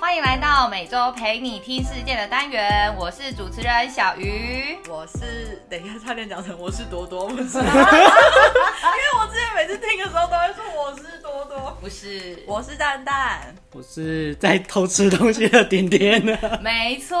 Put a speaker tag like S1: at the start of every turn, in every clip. S1: 欢迎来到每周陪你听世界的单元，我是主持人小鱼。
S2: 我是等一下差点讲成我是多多，不 是，因为我之前每次听的时候都会说我是多多，
S1: 不是，
S2: 我是蛋蛋，
S3: 我是在偷吃东西的点点呢、
S1: 没错，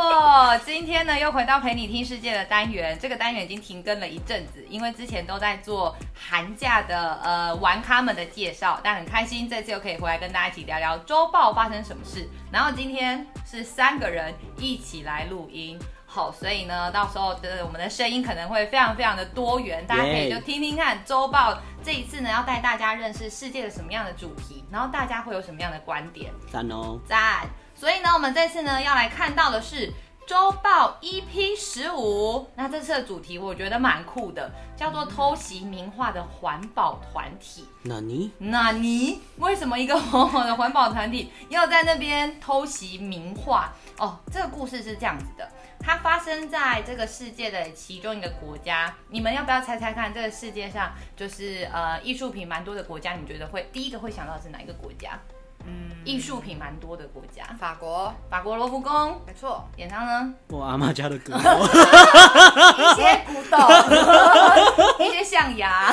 S1: 今天呢又回到陪你听世界的单元，这个单元已经停更了一阵子，因为之前都在做寒假的呃玩咖们的介绍，但很开心这次又可以回来跟大家一起聊聊周报发生什么事。然后今天是三个人一起来录音。好，所以呢，到时候呃的我们的声音可能会非常非常的多元，大家可以
S3: Yeah
S1: 就听听看周报这一次呢，要带大家认识世界的什么样的主题，然后大家会有什么样的观点。
S3: 赞哦！
S1: 赞。所以呢，我们这次呢要来看到的是周报 EP 十五。那这次的主题我觉得蛮酷的，叫做偷袭名画的环保团体。
S3: 那你
S1: 那你为什么一个某某的环保团体要在那边偷袭名画？哦，这个故事是这样子的，它发生在这个世界的其中一个国家。你们要不要猜猜看，这个世界上就是呃艺术品蛮多的国家，你们觉得会第一个会想到是哪一个国家？
S2: 嗯，
S1: 艺术品蛮多的国家，
S2: 法国，
S1: 法国罗浮宫。
S2: 没错，
S1: 点上呢，
S3: 我阿妈家的歌，
S2: 一些古董，
S1: 一些象牙。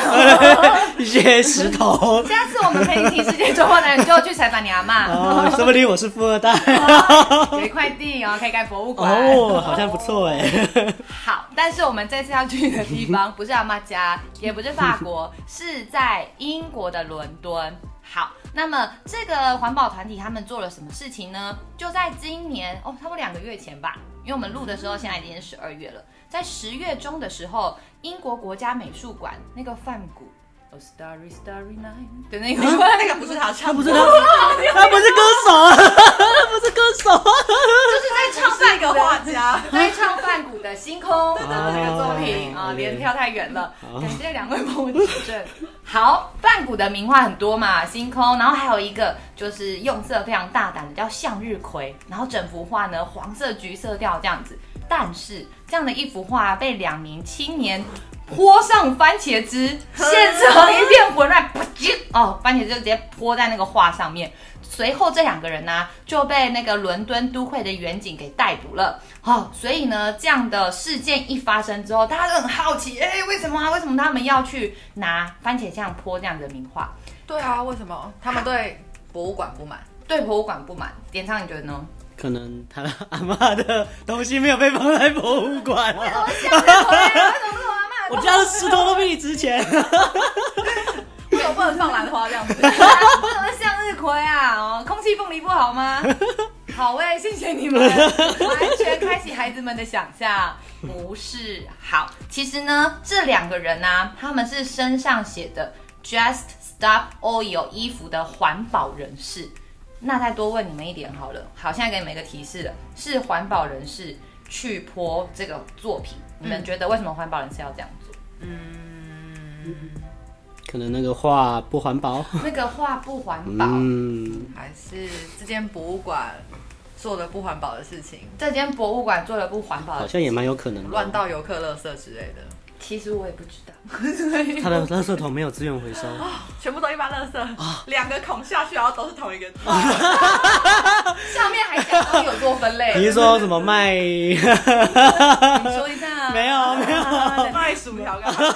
S3: 一些石头
S1: 下次我们陪你听世界周末的，你就去采访你阿妈，
S3: 哦，说不定我是富 二代
S1: 有一块地哦，可以盖博物馆。
S3: 哦，好像不错哎。
S1: 好，但是我们这次要去的地方不是阿妈家，也不是法国，是在英国的伦敦。好，那么这个环保团体他们做了什么事情呢？就在今年哦，差不多两个月前吧，因为我们录的时候现在已经是十二月了，在十月中的时候，英国国家美术馆那个梵谷。Oh, starry, starry night 的那个， 那个不是他唱，
S3: 不是他，他不是歌手 啊，他不是歌手啊。
S1: 就是在唱
S2: 是
S1: 梵
S2: 一
S1: 谷
S2: 个
S1: 的
S2: 画家，
S1: 在唱梵谷的星空，对
S3: 对
S1: 这
S3: 对
S1: 个作品
S3: 哦
S1: 啊，连跳太远了，
S3: 哦
S1: 感谢两位帮我指正。好，梵谷的名画很多嘛，星空，然后还有一个就是用色非常大胆的叫向日葵，然后整幅画呢黄色橘色调这样子，但是这样的一幅画被两名青年。泼上番茄汁，现场一片混乱，啪叽哦，番茄汁就直接泼在那个画上面，随后这两个人呢、就被那个伦敦都会的远景给逮捕了。哦，所以呢，这样的事件一发生之后，大家都很好奇，哎、为什么啊？为什么他们要去拿番茄酱泼这样的名画？
S2: 对啊，为什么他们对博物馆不满？
S1: 对博物馆不满，点唱你觉得呢？
S3: 可能他阿妈的东西没有被放在博物馆啊，我家的石头都比你值钱。
S2: 为什么不能放兰花这样子？
S1: 不能向日葵啊，哦，空气凤梨不好吗？ 好哎、谢谢你们，完全开启孩子们的想象。不是，好，其实呢，这两个人呢、啊他们是身上写的 “Just Stop Oil” 衣服的环保人士。那再多问你们一点好了，好，现在给你们一个提示了，是环保人士去泼这个作品，你们觉得为什么环保人士要这样做？
S3: 可能那个画不环保。
S1: 那个画不环保，
S3: 嗯，
S2: 还是这间博物馆做的不环保的事情，
S1: 这间博物馆做了不环保
S3: 好
S1: 的
S3: 像也蛮有可能的。
S2: 乱倒游客垃圾之类的，
S1: 其实我也不知道， 所以
S3: 他的垃圾桶没有资源回收。
S2: 全部都一般垃圾，两个孔下去，然后都是同一 个字。
S1: 上面还假装有做分类。
S3: 你是说什么卖？
S1: 你说一下啊？
S3: 没有没有
S2: 卖薯条干嘛？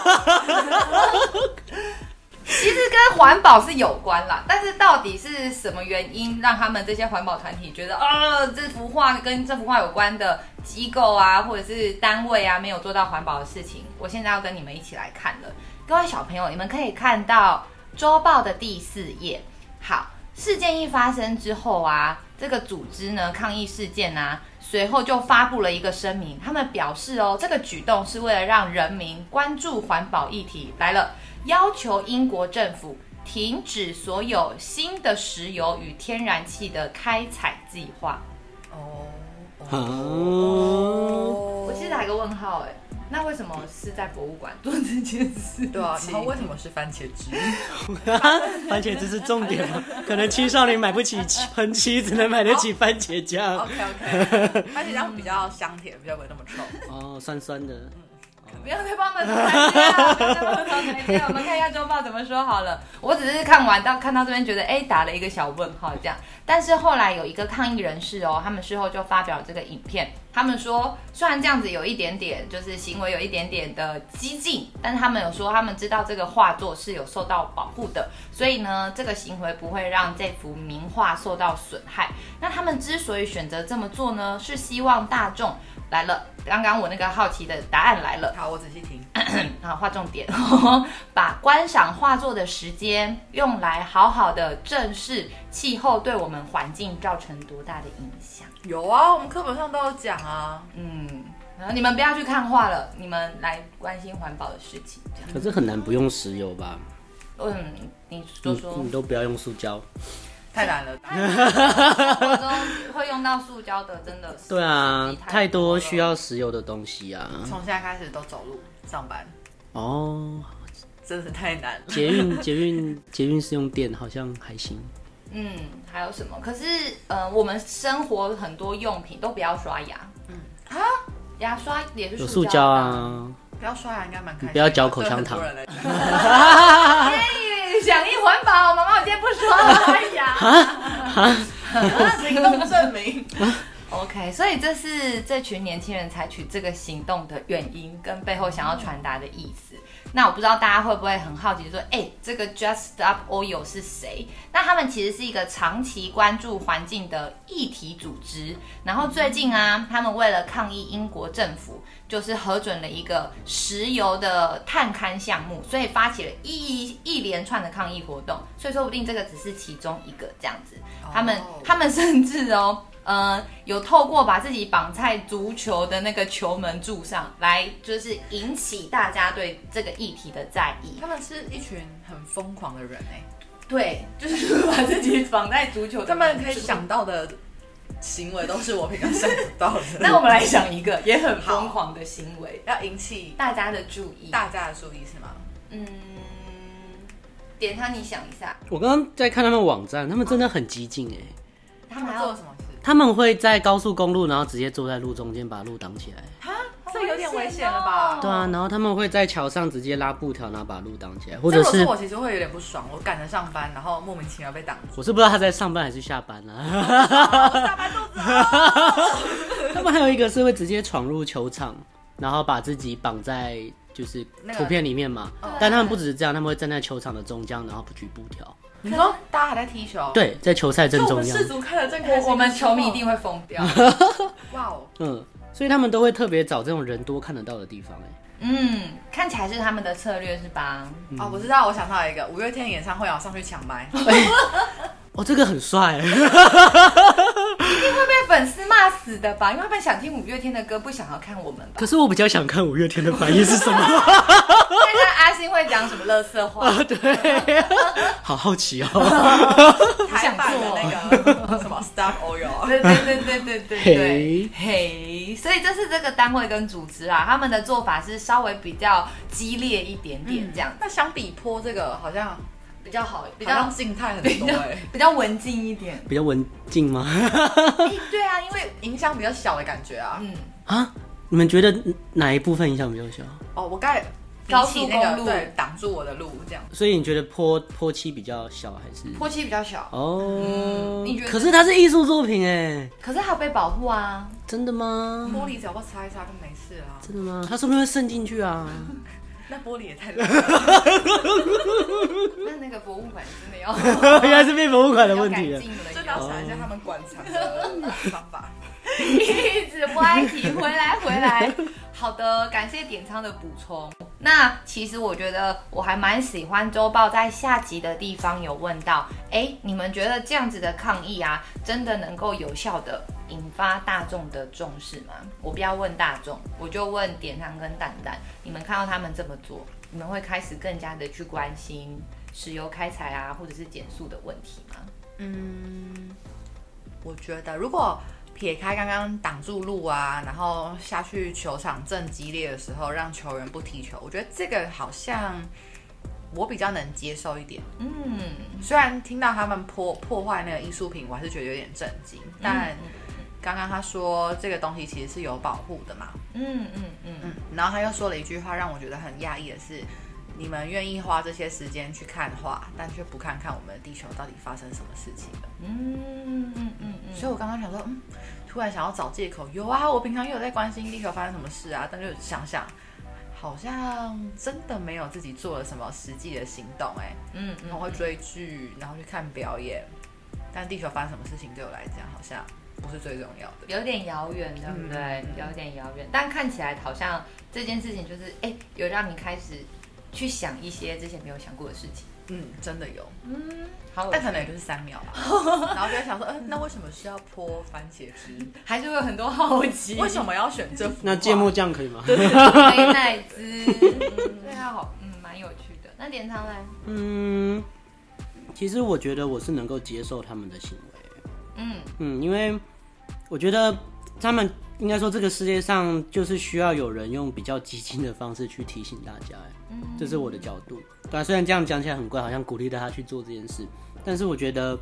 S1: 其实跟环保是有关啦，但是到底是什么原因让他们这些环保团体觉得啊、这幅画跟这幅画有关的机构啊，或者是单位啊，没有做到环保的事情，我现在要跟你们一起来看了。各位小朋友，你们可以看到周报的第四页。好，事件一发生之后啊，这个组织呢抗议事件啊，随后就发布了一个声明，他们表示哦，这个举动是为了让人民关注环保议题。来了，要求英国政府停止所有新的石油与天然气的开采计划。
S2: 哦，
S3: 哦，
S2: 我
S1: 我其实打一个问号哎、那为什么是在博物 馆做这件事？
S2: 对啊， 然后为什么是番茄汁？
S3: 番茄汁是重点吗？可能青少年买不起喷漆，只能买得起番茄酱。
S2: OK OK，番茄酱比较香甜，比较不会那么臭。
S3: 哦，酸酸的。哦
S1: 不要再帮他们找台阶了，不要再帮他们找台阶了。我们看一下周报怎么说好了。我只是看完到看到这边觉得，哎，打了一个小问号这样。但是后来有一个抗议人士哦，他们事后就发表这个影片，他们说虽然这样子有一点点就是行为有一点点的激进，但是他们有说他们知道这个画作是有受到保护的，所以呢，这个行为不会让这幅名画受到损害。那他们之所以选择这么做呢，是希望大众来了，刚刚我那个好奇的答案来了。
S2: 好，我仔细听。
S1: 啊，划重点，把观赏画作的时间用来好好的正视气候对我们环境造成多大的影响。
S2: 有啊，我们课本上都有讲啊。
S1: 嗯，然后你们不要去看画了，你们来关心环保的事情。这样，
S3: 可是很难不用石油吧？
S1: 嗯，你说
S3: 你
S1: 说，
S3: 你都不要用塑胶。
S2: 太难
S1: 嗯
S2: 了，
S1: 我中会用到塑胶的，真的是
S3: 对啊，太多
S1: 了
S3: 需要石油的东西啊。
S2: 从现在开始都走路上班，
S3: 哦，
S2: 真的太难了。
S3: 捷 运捷运捷运是用电，好像还行。
S1: 嗯，还有什么？可是，呃，我们生活很多用品都不要刷牙。嗯啊，牙刷也是
S3: 有
S1: 塑
S3: 塑
S1: 胶
S3: 胶
S1: 的。
S3: 啊，
S2: 不要刷牙，应该蛮开心的。
S3: 不要嚼口香
S2: 对很
S3: 糖
S2: 多人来讲
S1: 哎，响应环保，妈妈我今天不说了。哎呀
S2: 行动证明。
S1: ，OK，所以这是这群年轻人采取这个行动的原因跟背后想要传达的意思。那我不知道大家会不会很好奇，说，哎，这个 Just Stop Oil 是谁？那他们其实是一个长期关注环境的议题组织。然后最近啊，他们为了抗议英国政府，就是核准了一个石油的探勘项目，所以发起了一一连串的抗议活动。所以说不定这个只是其中一个这样子。 他们、
S2: 哦
S1: 他们甚至哦，呃，有透过把自己绑在足球的那个球门柱上来，就是引起大家对这个议题的在意。
S2: 他们是一群很疯狂的人哎，
S1: 对，就是把自己绑在足球的
S2: 他们可
S1: 门
S2: 以
S1: 柱。
S2: 想到的行为都是我平常想不到的
S1: 那我们来想一个也很疯狂的行为，
S2: 要引起
S1: 大家的注意。
S2: 大家的注意是吗？
S1: 嗯，点他，你想一下，
S3: 我刚刚在看他们网站，他们真的很激进哎、
S1: 他
S2: 他
S1: 们
S2: 们
S1: 要
S2: 做了什么事？
S3: 他们会在高速公路，然后直接坐在路中间把路挡起来。
S2: 这有点危险了
S1: 哦
S2: 吧？
S3: 对啊，然后他们会在桥上直接拉布条，然后把路挡起来，或
S2: 这
S3: 者
S2: 如果
S3: 是
S2: 是我，其实会有点不爽。我赶着上班，然后莫名其妙被挡住，
S3: 我是不知道他在上班还是下班啊。
S2: 大白肚子哦。
S3: 他们还有一个是会直接闯入球场，然后把自己绑在就是
S2: 那个
S3: 图片里面嘛。
S1: 对
S3: 但他们不只是这样，他们会站在球场的中央，然后不举布条。
S2: 你说大家还在踢球？，
S3: 对，在球赛正
S2: 哦就我们
S3: 中央
S2: 世。足看的正开心，
S1: 我我们球迷一定会疯掉。
S2: 哇哦，
S3: 嗯，所以他们都会特别找这种人多看得到的地方、哎，
S1: 嗯，看起来是他们的策略是吧？
S3: 嗯
S2: 哦，我知道，我想到一个五月天演唱会啊，我上去抢 麦，
S3: 哦，这个很帅、 哎
S1: 会被粉丝骂死的吧？因为他们想听五月天的歌，不想要看我们吧？
S3: 可是我比较想看五月天的反应是 什么。
S1: 看看阿信会讲什么乐色 话。
S3: 对，好好奇哦。
S2: 台版的
S3: 哎
S2: 那个什么 Stop Oil，
S1: 对对对对对对对
S3: 嘿，
S1: 嘿，所以这是这个单位跟组织啊，他们的做法是稍微比较激烈一点点这样子，
S2: 那相比坡这个好像
S1: 嗯比较好，比
S2: 比
S1: 较
S2: 较静态很
S1: 比
S2: 多
S1: 较
S2: 哎，
S1: 比较文静一点。
S3: 比较文静吗？
S1: 哎，对啊，因为
S2: 影响比较小的感觉啊。
S1: 嗯，
S3: 啊，你们觉得哪一部分影响比较小？
S2: 哦，我刚才
S1: 高速
S2: 比起那个
S1: 公路
S2: 对挡住我的路这样。
S3: 所以你觉得坡坡期比较小还是？
S1: 坡期比较小，
S3: 哦，
S1: 你觉得
S3: 可是它是艺术作品哎，
S1: 可是它有被保护啊。
S3: 真的吗？
S2: 玻璃只要不擦一擦就没事啦。
S3: 真的吗？它说不定会渗进去 啊。
S2: 那玻璃也太烂 了，
S1: 那那个博物馆真的 要
S3: 原来是变博物馆的
S1: 要
S3: 问
S1: 改
S3: 题了。
S1: 进了，
S2: 真的要想一
S3: 哦
S2: 下他们馆藏的方法。
S1: 一直歪题，回来回来。好的，感谢点仓的补充。那其实我觉得我还蛮喜欢周报在下集的地方有问到，哎，你们觉得这样子的抗议啊，真的能够有效的引发大众的重视吗？我不要问大众，我就问点仓跟蛋蛋，你们看到他们这么做，你们会开始更加的去关心石油开采啊，或者是减速的问题吗？
S2: 嗯，我觉得如果撇开刚刚挡住路啊，然后下去球场正激烈的时候让球员不踢球，我觉得这个好像我比较能接受一点。
S1: 嗯，嗯
S2: 虽然听到他们破破坏那个艺术品，我还是觉得有点震惊，但刚刚他说这个东西其实是有保护的嘛，
S1: 嗯嗯嗯，
S2: 嗯，然后他又说了一句话，让我觉得很讶异的是，你们愿意花这些时间去看画，但却不看看我们的地球到底发生什么事情了。
S1: 嗯嗯嗯嗯，
S2: 所以我刚刚想说，嗯，突然想要找借口，有啊，我平常也有在关心地球发生什么事啊，但就想想，好像真的没有自己做了什么实际的行动、哎，
S1: 嗯
S2: 然后会追剧，然后去看表演，但地球发生什么事情对我来讲好像不是最重要的。
S1: 有点遥远，对不对？
S2: 嗯
S1: 有点遥远，但看起来好像这件事情就是，哎、有让你开始去想一些之前没有想过的事情。
S2: 嗯，真的有，
S1: 嗯，好有趣，
S2: 但可能也就是三 秒吧。然后就会想说，嗯、那为什么需要泼番茄汁？
S1: 还是会有很多好奇。
S2: 为什么要选这幅画？
S3: 那芥末酱可以吗？
S1: 黑奶 汁？嗯对啊，好，嗯，蛮有趣的。那点汤嘞？
S3: 嗯，其实我觉得我是能够接受他们的行为。
S1: 嗯
S3: 嗯，因为我觉得他们应该说这个世界上就是需要有人用比较激进的方式去提醒大家，哎
S1: 嗯
S3: 这是我的角度。对、啊，虽然这样讲起来很怪，好像鼓励大家去做这件事，但是我觉得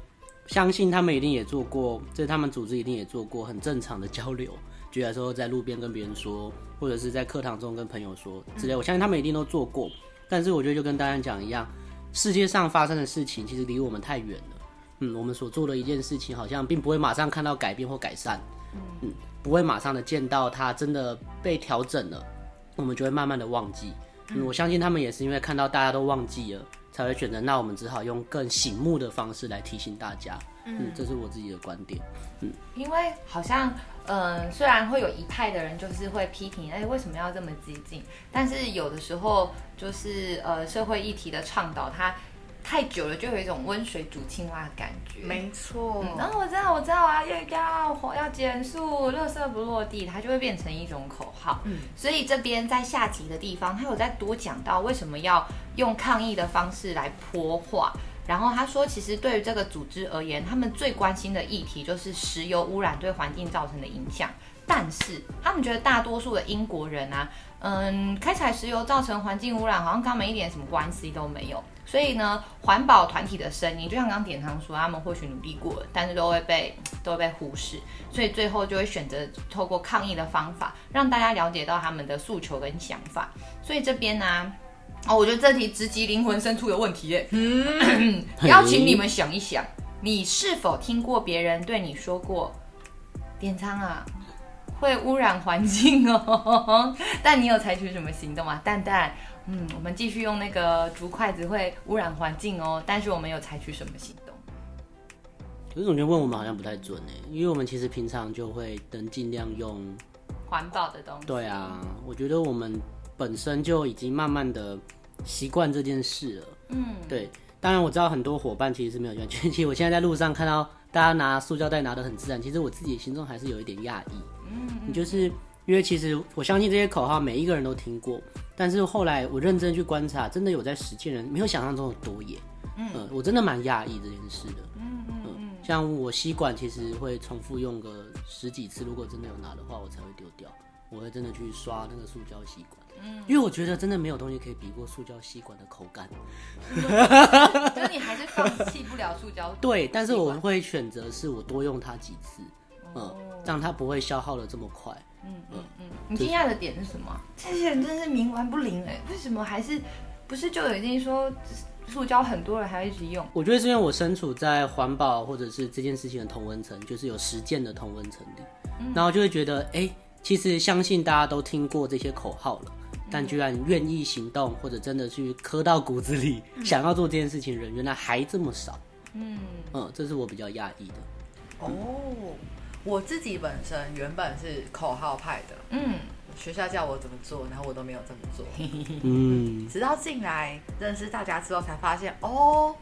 S3: 相信他们一定也做过，这他们组织一定也做过很正常的交流。举例来说，在路边跟别人说，或者是在课堂中跟朋友说之类，我相信他们一定都做过。但是我觉得就跟大家讲一样，世界上发生的事情其实离我们太远了。嗯，我们所做的一件事情，好像并不会马上看到改变或改善，嗯，不会马上的见到它真的被调整了，我们就会慢慢的忘记。嗯，我相信他们也是因为看到大家都忘记了，才会选择那我们只好用更醒目的方式来提醒大家。嗯，这是我自己的观点。
S1: 因为好像，嗯，虽然会有一派的人就是会批评，哎，为什么要这么激进？但是有的时候就是，呃，社会议题的倡导，它太久了，就有一种温水煮青蛙的感觉。
S2: 没错，
S1: 然后我知道，我知道啊，要要要减速，垃圾不落地，它就会变成一种口号。嗯，所以这边在下集的地方，他有再多讲到为什么要用抗议的方式来泼化。然后他说，其实对于这个组织而言，他们最关心的议题就是石油污染对环境造成的影响。但是他们觉得大多数的英国人啊，嗯，开采石油造成环境污染，好像跟他们一点什么关系都没有。所以呢，环保团体的声音，就像刚刚典堂说，他们或许努力过了，但是都会被 都会被忽视，所以最后就会选择透过抗议的方法，让大家了解到他们的诉求跟想法。所以这边呢、哦，我觉得这题直击灵魂深处的问题耶。 邀请你们想一想，你是否听过别人对你说过“点仓啊，会污染环境哦”？ 但你有采取什么行动吗？蛋蛋，嗯，我们继续用那个竹筷子会污染环境哦，但是我们有采取什么行动？
S3: 可是总觉得问我们好像不太准哎、因为我们其实平常就会能尽量用
S1: 环保的东西。
S3: 对啊，我觉得我们本身就已经慢慢的习惯这件事了。
S1: 嗯，
S3: 对，当然我知道很多伙伴其实是没有捐捐，其实我现在在路上看到大家拿塑胶袋拿的很自然，其实我自己心中还是有一点讶异。嗯，就是因为其实我相信这些口号每一个人都听过，但是后来我认真去观察，真的有在实践人没有想象中的多耶。嗯、我真的蛮讶异这件事的。嗯嗯像我吸管其实会重复用个十几次，如果真的有拿的话，我才会丢掉。我会真的去刷那个塑胶吸管，嗯，因为我觉得真的没有东西可以比过塑胶吸管的口感。。
S1: 就是你还是放弃不了塑胶
S3: 对，但是我会选择是我多用它几次，
S1: 哦
S3: 嗯，让它不会消耗的这么快。
S1: 嗯你惊讶的点是什么？这些人真是冥顽不灵哎、为什么还是不是就已经说塑胶很多人还一直用？
S3: 我觉得是因为我身处在环保或者是这件事情的同温层，就是有实践的同温层里，然后就会觉得，哎、其实相信大家都听过这些口号了。但居然愿意行动，或者真的去磕到骨子里，想要做这件事情的人，原来还这么少。嗯嗯，这是我比较讶异的。
S2: 哦，我自己本身原本是口号派的，
S1: 嗯，
S2: 学校叫我怎么做，然后我都没有这么做，
S3: 嗯，
S2: 直到进来认识大家之后才发现，哦，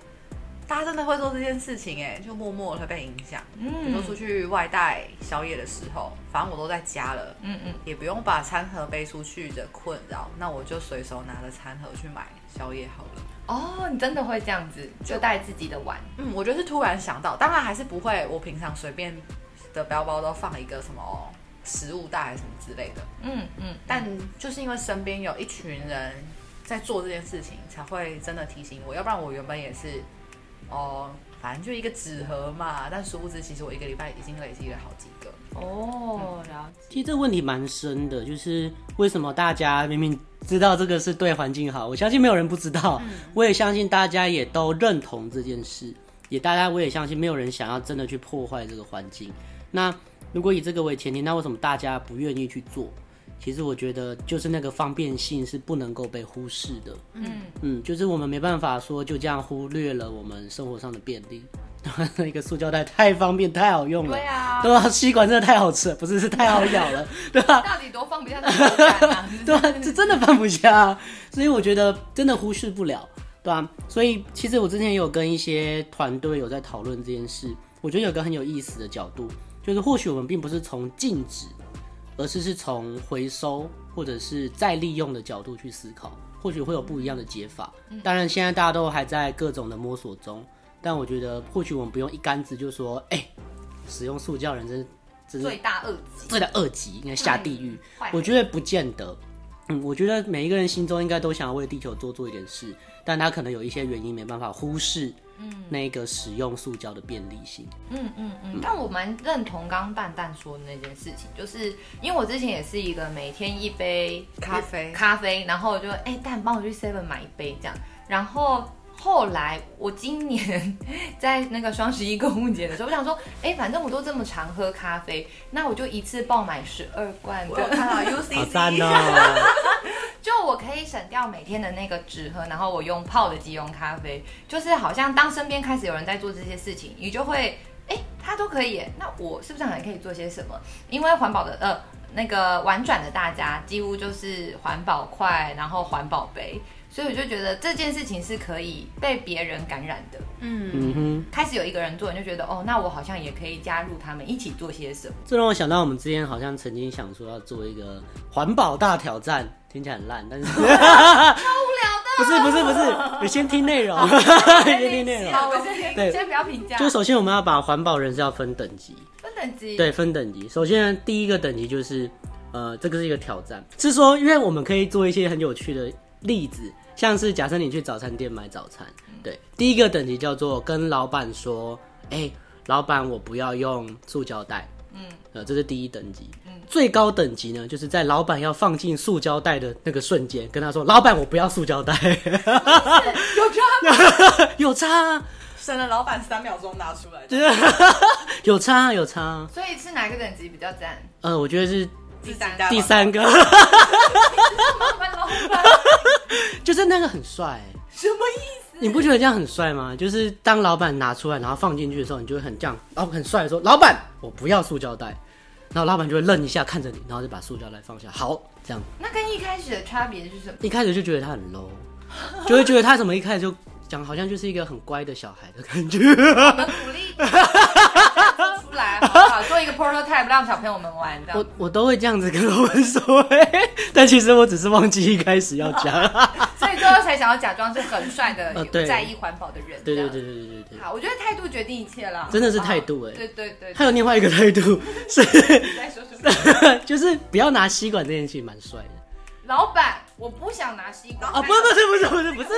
S2: 大家真的会做这件事情，哎，就默默的被影响。
S1: 嗯
S2: 嗯，比如说出去外带宵夜的时候，反正我都在家了，
S1: 嗯嗯，
S2: 也不用把餐盒背出去的困扰，那我就随手拿着餐盒去买宵夜好了。
S1: 哦，你真的会这样子，就带自己的碗。
S2: 嗯，我觉得是突然想到，当然还是不会，我平常随便的包包都放一个什么食物袋什么之类的，
S1: 嗯嗯，
S2: 但就是因为身边有一群人在做这件事情，才会真的提醒我，要不然我原本也是哦。反正就一个纸盒嘛，但殊不知其实我一个礼拜已经累积了好几个。
S1: 哦，了解。
S3: 其实这个问题蛮深的，就是为什么大家明明知道这个是对环境好，我相信没有人不知道，我也相信大家也都认同这件事，也大家我也相信没有人想要真的去破坏这个环境。那如果以这个为前提，那为什么大家不愿意去做？其实我觉得就是那个方便性是不能够被忽视的。
S1: 嗯，
S3: 嗯，就是我们没办法说就这样忽略了我们生活上的便利。 那个塑胶袋太方便，太好用了。
S1: 对啊
S3: 对啊，吸管真的太好吃了，不是是太好咬了，对 吧、
S1: 到底多放不下那个口感啊？
S3: 对啊，这真的放不下、啊，所以我觉得真的忽视不了，对啊，所以其实我之前也有跟一些团队有在讨论这件事，我觉得有个很有意思的角度，就是或许我们并不是从禁止，而是是从回收或者是再利用的角度去思考，或许会有不一样的解法。当然，现在大家都还在各种的摸索中，但我觉得或许我们不用一竿子就说，哎、使用塑胶人真是真是
S1: 罪大恶极。
S3: 罪的二级，应该下地狱。
S1: 嗯坏
S3: 我觉得不见得。嗯，我觉得每一个人心中应该都想要为地球多做一点事，但他可能有一些原因没办法忽视，嗯，那个使用塑胶的便利性。
S1: 嗯嗯嗯，但我蛮认同刚刚蛋蛋说的那件事情，就是因为我之前也是一个每天一杯
S2: 咖啡
S1: 咖啡，然后我就哎、蛋帮我去 Seven 买一杯这样，然后后来我今年在那个双十一购物节的时候，我想说，哎、反正我都这么常喝咖啡，那我就一次爆买十二罐
S2: 我有
S1: 的，
S2: 看啊到
S3: 好赞
S2: UCC，
S3: 哦！
S1: 就我可以省掉每天的那个纸盒，然后我用泡的即溶咖啡，就是好像当身边开始有人在做这些事情，你就会，哎，他都可以耶，那我是不是还可以做些什么？因为环保的呃那个玩转的大家几乎就是环保筷，然后环保杯，所以我就觉得这件事情是可以被别人感染的。
S2: 嗯，
S3: 嗯哼，
S1: 开始有一个人做，你就觉得哦，那我好像也可以加入他们一起做些什么。
S3: 这让我想到我们之前好像曾经想说要做一个环保大挑战，听起来很烂，但是 超无聊的。不是不是不是，你先听内容， 先听内容。
S1: 好，我先
S3: 对
S1: 先不要评价，
S3: 就首先我们要把环保人是要分等级，
S1: 分等级。
S3: 对，分等级。首先呢第一个等级就是，呃，这个是一个挑战，是说因为我们可以做一些很有趣的例子，像是假设你去早餐店买早餐，对，第一个等级叫做跟老板说，哎、老板，我不要用塑胶袋。嗯，呃，这是第一等级。最高等级呢，就是在老板要放进塑胶袋的那个瞬间，跟他说：“老板，我不要塑胶袋。
S1: 有这样”
S3: 有差啊，
S2: 省了老板三秒钟拿出来，
S3: 有差啊，有差啊。
S1: 所以是哪一个等级比较赞？
S3: 呃，我觉得是
S1: 第三
S2: 大
S3: 第三个，
S1: 麻烦老板，
S3: 就是那个很帅欸、
S1: 什么意思？
S3: 你不觉得这样很帅吗？就是当老板拿出来，然后放进去的时候，你就会很这样，然后很帅的说：“老板，我不要塑胶袋。”然后老板就会愣一下看着你，然后就把塑胶袋放下。好，这样
S1: 那跟一开始的差别是什么？
S3: 一开始就觉得他很 low，就会觉得他怎么一开始就讲好像就是一个很乖的小孩的感觉。
S1: 我们鼓励做出来，好不好？做一个 prototype 让小朋友们玩，这
S3: 我
S1: 样。
S3: 我都会这样子跟老板说、 欸，但其实我只是忘记一开始要讲。
S1: 所以最后才想要假装 是很帅的、
S3: 呃
S1: 有
S3: 对
S1: 在意环保的人。这
S3: 对对
S1: 样
S3: 对对对对对。
S1: 好，我觉得态度决定一切了，
S3: 真的是
S1: 好不好
S3: 态度欸
S1: 对对对，
S3: 还有另外一个态度是，
S1: 你再说说。
S3: 就是不要拿吸管这件事情蛮帅的。
S1: 老板，我不想拿吸管
S3: 啊，不是不是不是不是不是，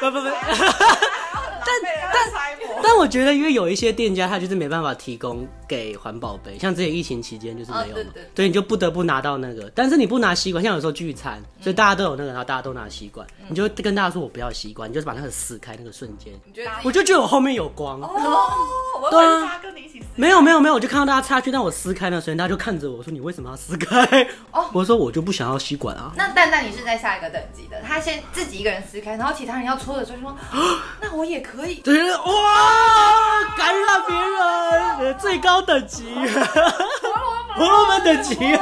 S3: 不不不，
S2: 但但猜我，
S3: 但我觉得，因为有一些店家他就是没办法提供给环保杯，像之前疫情期间就是没有嘛，
S1: 哦对对对
S3: 所以你就不得不拿到那个。但是你不拿吸管，像有时候聚餐，所以
S1: 嗯
S3: 大家都有那个，然后大家都拿吸管，你就跟大家说我不要吸管，你就是把那个撕开那个瞬间，
S1: 你觉得自己
S3: 我就觉得我后面有光。
S2: 哦，我
S3: 对啊
S2: 以为他跟你一起死，
S3: 没有没有没有，我就看到大家插去，但我撕开那瞬间，大家就看着我说：“你为什么要撕开？”
S1: 哦
S3: 我说：“我就不想要吸管啊。
S1: 那蛋蛋，你是在下一个等级的，他先自己一个人撕开，然后其他人要搓的时候就说， 啊那我也可 以”。
S3: 就是哇，感染别人，呃最高等级，婆罗门等级。啊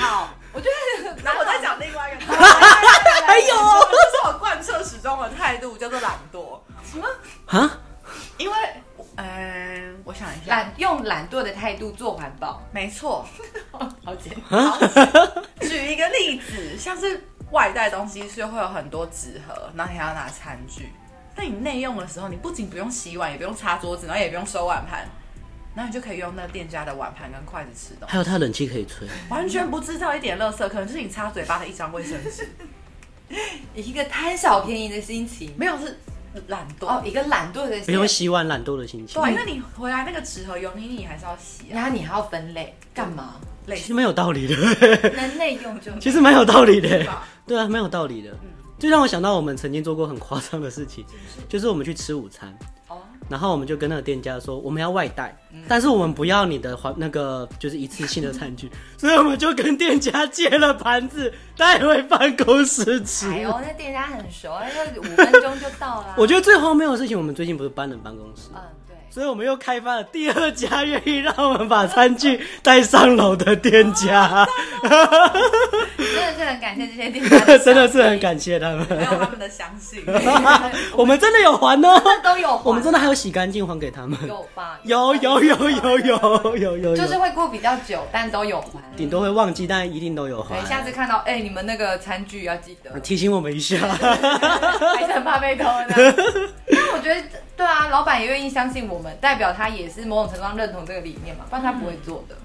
S2: 好。
S1: 我觉得啊
S2: 那我再讲另外一 个，
S3: 哎
S1: 还有
S2: 这是我贯彻始终的态度，叫做懒惰。
S1: 什么
S3: 啊，
S2: 因为，嗯、我想一下，
S1: 懒用懒惰的态度做环保，
S2: 没 错，哦啊
S1: 好姐，
S2: 举一个例子，像是外带东西是会有很多纸盒，然后你还要拿餐具。那你内用的时候，你不仅不用洗碗，也不用擦桌子，然后也不用收碗盘，然后你就可以用那个店家的碗盘跟筷子吃东 西，
S3: 还有他冷气可以吹。
S2: 完全不制造一点垃圾，可能就是你擦嘴巴的一张卫生纸，
S1: 一个贪小便宜的心情，
S2: 没有是懒惰。
S1: 哦，一个懒惰的
S3: 没有
S1: 心，
S3: 洗碗懒惰的心情，
S2: 对，那你回来那个纸盒油腻腻还是要洗啊，
S1: 然后你还要分类，干 嘛？
S2: 累
S3: 其
S2: 死
S3: 实蛮有道理的，
S4: 能内用就
S3: 其实蛮有道理的
S2: 吧，
S3: 对啊，蛮有道理的。就让我想到我们曾经做过很夸张的事情，就是我们去吃午餐，
S1: 哦，
S3: 然后我们就跟那个店家说，我们要外带，但是我们不要你的环那个就是一次性的餐具， 所以我们就跟店家借了盘子带回办公室吃。
S1: 哎呦，那店家很熟，那就五分钟就到了。
S3: 我觉得最荒谬的事情，我们最近不是搬了办公室，
S1: 嗯，对，
S3: 所以我们又开发了第二家愿意让我们把餐具带上楼的 店家，
S1: 真的是很感谢这些店
S3: ，
S1: 家
S3: 真的是很感谢他们。
S2: 没有他们的相 信。
S3: 我们真的有还哦，
S1: 真的都有还，
S3: 我们真的还有洗干净还给他们。
S1: 有吧？
S3: 有有有有有有有，
S1: 就是
S3: 有
S1: 会过比较久，但都有还。
S3: 顶多会忘记，但一定都有
S1: 对，
S3: 还。
S1: 下次看到哎、你们那个餐具要记得，
S3: 提醒我们一下，
S1: 还是很怕被偷的。但我觉得对啊，老板也愿意相信我们，代表他也是某种程度上认同这个理念嘛，不然他不会做的。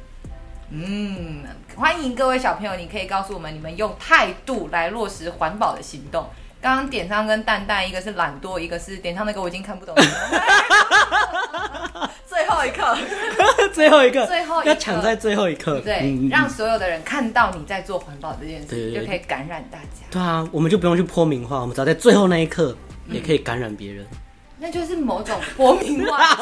S1: 嗯，欢迎各位小朋友，你可以告诉我们你们用态度来落实环保的行动。刚刚点上跟蛋蛋，一个是懒惰，一个是点上那个我已经看不懂了。
S2: 最后一刻，
S3: 最后一个，
S1: 最后一个
S3: 要抢在最后一刻，
S1: 对，
S3: 嗯嗯
S1: 让所有的人看到你在做环保这件
S3: 对对
S1: 事，
S3: 对
S1: 就可以感染大家。
S3: 对啊，我们就不用去泼名话，我们只要在最后那一刻也可以感染别人，
S1: 那就是某种国民化的形式，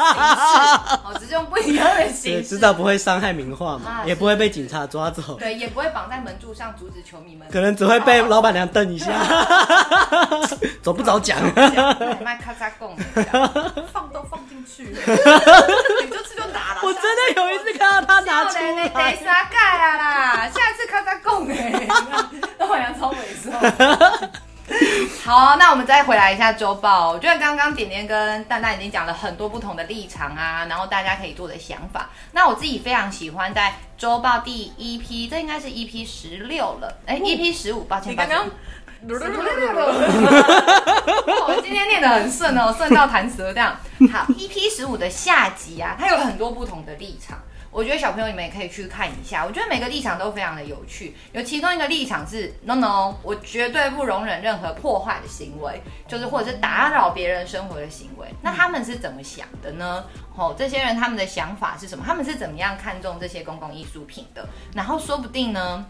S1: 哦，只是用不一样的
S3: 也
S1: 形式
S3: 知，道不会伤害名话
S1: 啊
S3: 嘛，也不会被警察抓走，
S1: 对，也不会绑在门柱上阻止球迷们。
S3: 可能只会被老板娘瞪一 下，走不着讲。
S1: 卖咔嚓贡，
S2: 放都放进 去，你就吃就打了。
S3: 我真的有一次看 到他拿出
S1: 你
S3: 来
S1: 得，啥盖啊啦？下次咔嚓贡哎， 那我要超猥琐。好，那我们再回来一下周报。我觉得刚刚点点跟蛋蛋已经讲了很多不同的立场啊，然后大家可以做的想法。那我自己非常喜欢在周报第一批，这应该是 EP 十六了，哎、e p 十五，抱歉，
S2: 嗯你
S1: 抱
S2: 刚
S1: 歉。
S2: 刚。
S1: 我哦今天念得很顺哦，顺到弹舌这样。好，EP 十五的下集啊，它有很多不同的立场。我觉得小朋友你们也可以去看一下，我觉得每个立场都非常的有趣。有其中一个立场是 “no no”，我绝对不容忍任何破坏的行为，就是或者是打扰别人生活的行为。那他们是怎么想的呢？哦，这些人他们的想法是什么？他们是怎么样看重这些公共艺术品的？然后说不定呢，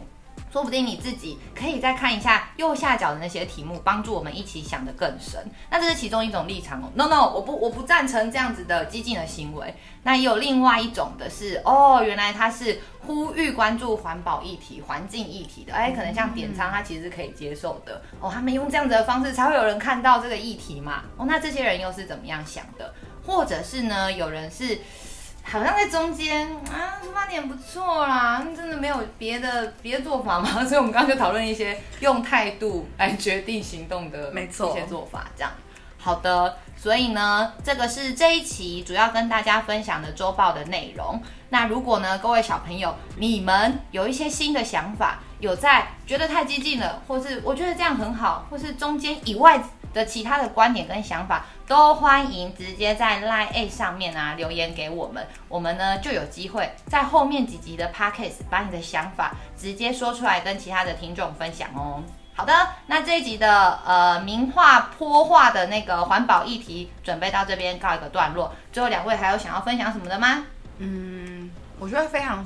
S1: 说不定你自己可以再看一下右下角的那些题目，帮助我们一起想得更深。那这是其中一种立场哦。No No，我不我不赞成这样子的激进的行为。那也有另外一种的是，哦，原来他是呼吁关注环保议题、环境议题的。哎，可能像点仓，他其实是可以接受的。哦，他们用这样子的方式才会有人看到这个议题嘛。哦，那这些人又是怎么样想的？或者是呢，有人是。好像在中间啊，出发点不错啦，真的没有别的别的做法吗？ 所以我们刚刚就讨论一些用态度来决定行动的，
S2: 没错
S1: 一些做法这样。好的，所以呢，这个是这一期主要跟大家分享的周报的内容。那如果呢，各位小朋友，你们有一些新的想法，有在觉得太激进了，或是我觉得这样很好，或是中间以外的其他的观点跟想法，都欢迎直接在 Line A 上面啊留言给我们，我们呢就有机会在后面几集的 Podcast 把你的想法直接说出来，跟其他的听众分享哦。好的，那这一集的呃名画坡画的那个环保议题，准备到这边告一个段落。最后两位还有想要分享什么的吗？
S2: 嗯，我觉得非常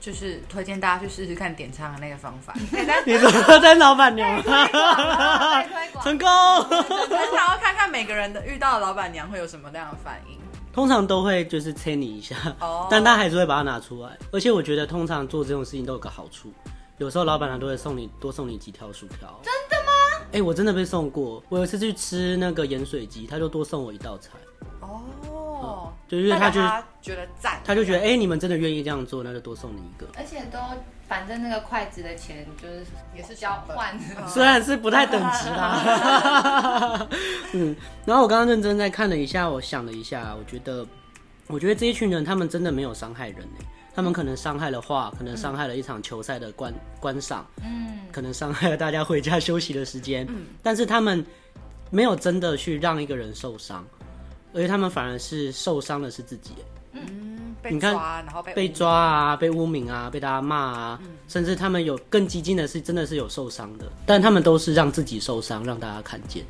S2: 就是推荐大家去试试看点唱的那个方 法。你在
S3: 你说在老板娘吗？
S1: 再推广
S3: 成功，
S2: 很想要看看每个人的遇到的老板娘会有什么那样的反应。
S3: 通常都会就是催你一下
S2: 哦，
S3: 但他还是会把它拿出来。而且我觉得通常做这种事情都有个好处，有时候老板娘都会送你多送你几条薯条。真的吗？哎、我真的被送过。我有一次去吃那个盐水鸡，他就多送我一道菜，
S2: 哦，
S3: 就是因为
S2: 代
S3: 他就
S2: 表
S3: 是
S2: 他觉得赞，
S3: 他就觉得哎、你们真的愿意这样做，那就多送你一个。
S1: 而且都反正那个筷子的钱就是也是交换的，
S3: 虽然是不太等级啦， 嗯，然后我刚刚认真在看了一下，我想了一下，我觉得，我觉得这一群人他们真的没有伤害人呢、他们可能伤害了画，可能伤害了一场球赛的观观赏，嗯，可能伤害了大家回家休息的时间，嗯，但是他们没有真的去让一个人受伤，而且他们反而是受伤的是自己、
S2: 嗯，被
S3: 你看
S2: 抓，然后被
S3: 被抓啊，被污名啊，被大家骂啊，甚至他们有更激进的是，真的是有受伤的，但他们都是让自己受伤，让大家看见。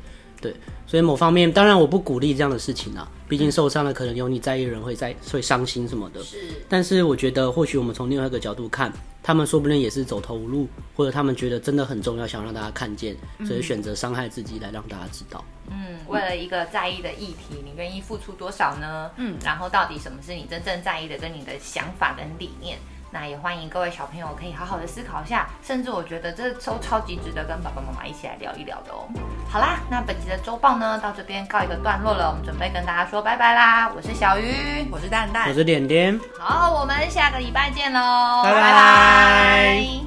S3: 所以某方面，当然我不鼓励这样的事情啊，毕竟受伤了可能有你在意的人会在会伤心什么的。
S1: 是
S3: 但是我觉得，或许我们从另外一个角度看，他们说不定也是走投无路，或者他们觉得真的很重要，想让大家看见，所以选择伤害自己来让大家知道。
S1: 嗯，为了一个在意的议题，你愿意付出多少呢？嗯，然后到底什么是你真正在意的，跟你的想法跟理念？那也欢迎各位小朋友可以好好的思考一下，甚至我觉得这都超级值得跟爸爸妈妈一起来聊一聊的哦。好啦，那本期的周报呢，到这边告一个段落了，我们准备跟大家说拜拜啦。我是小鱼，
S2: 我是蛋蛋
S3: 我，是点点。
S1: 好，我们下个礼拜见喽，
S3: 拜拜
S1: 拜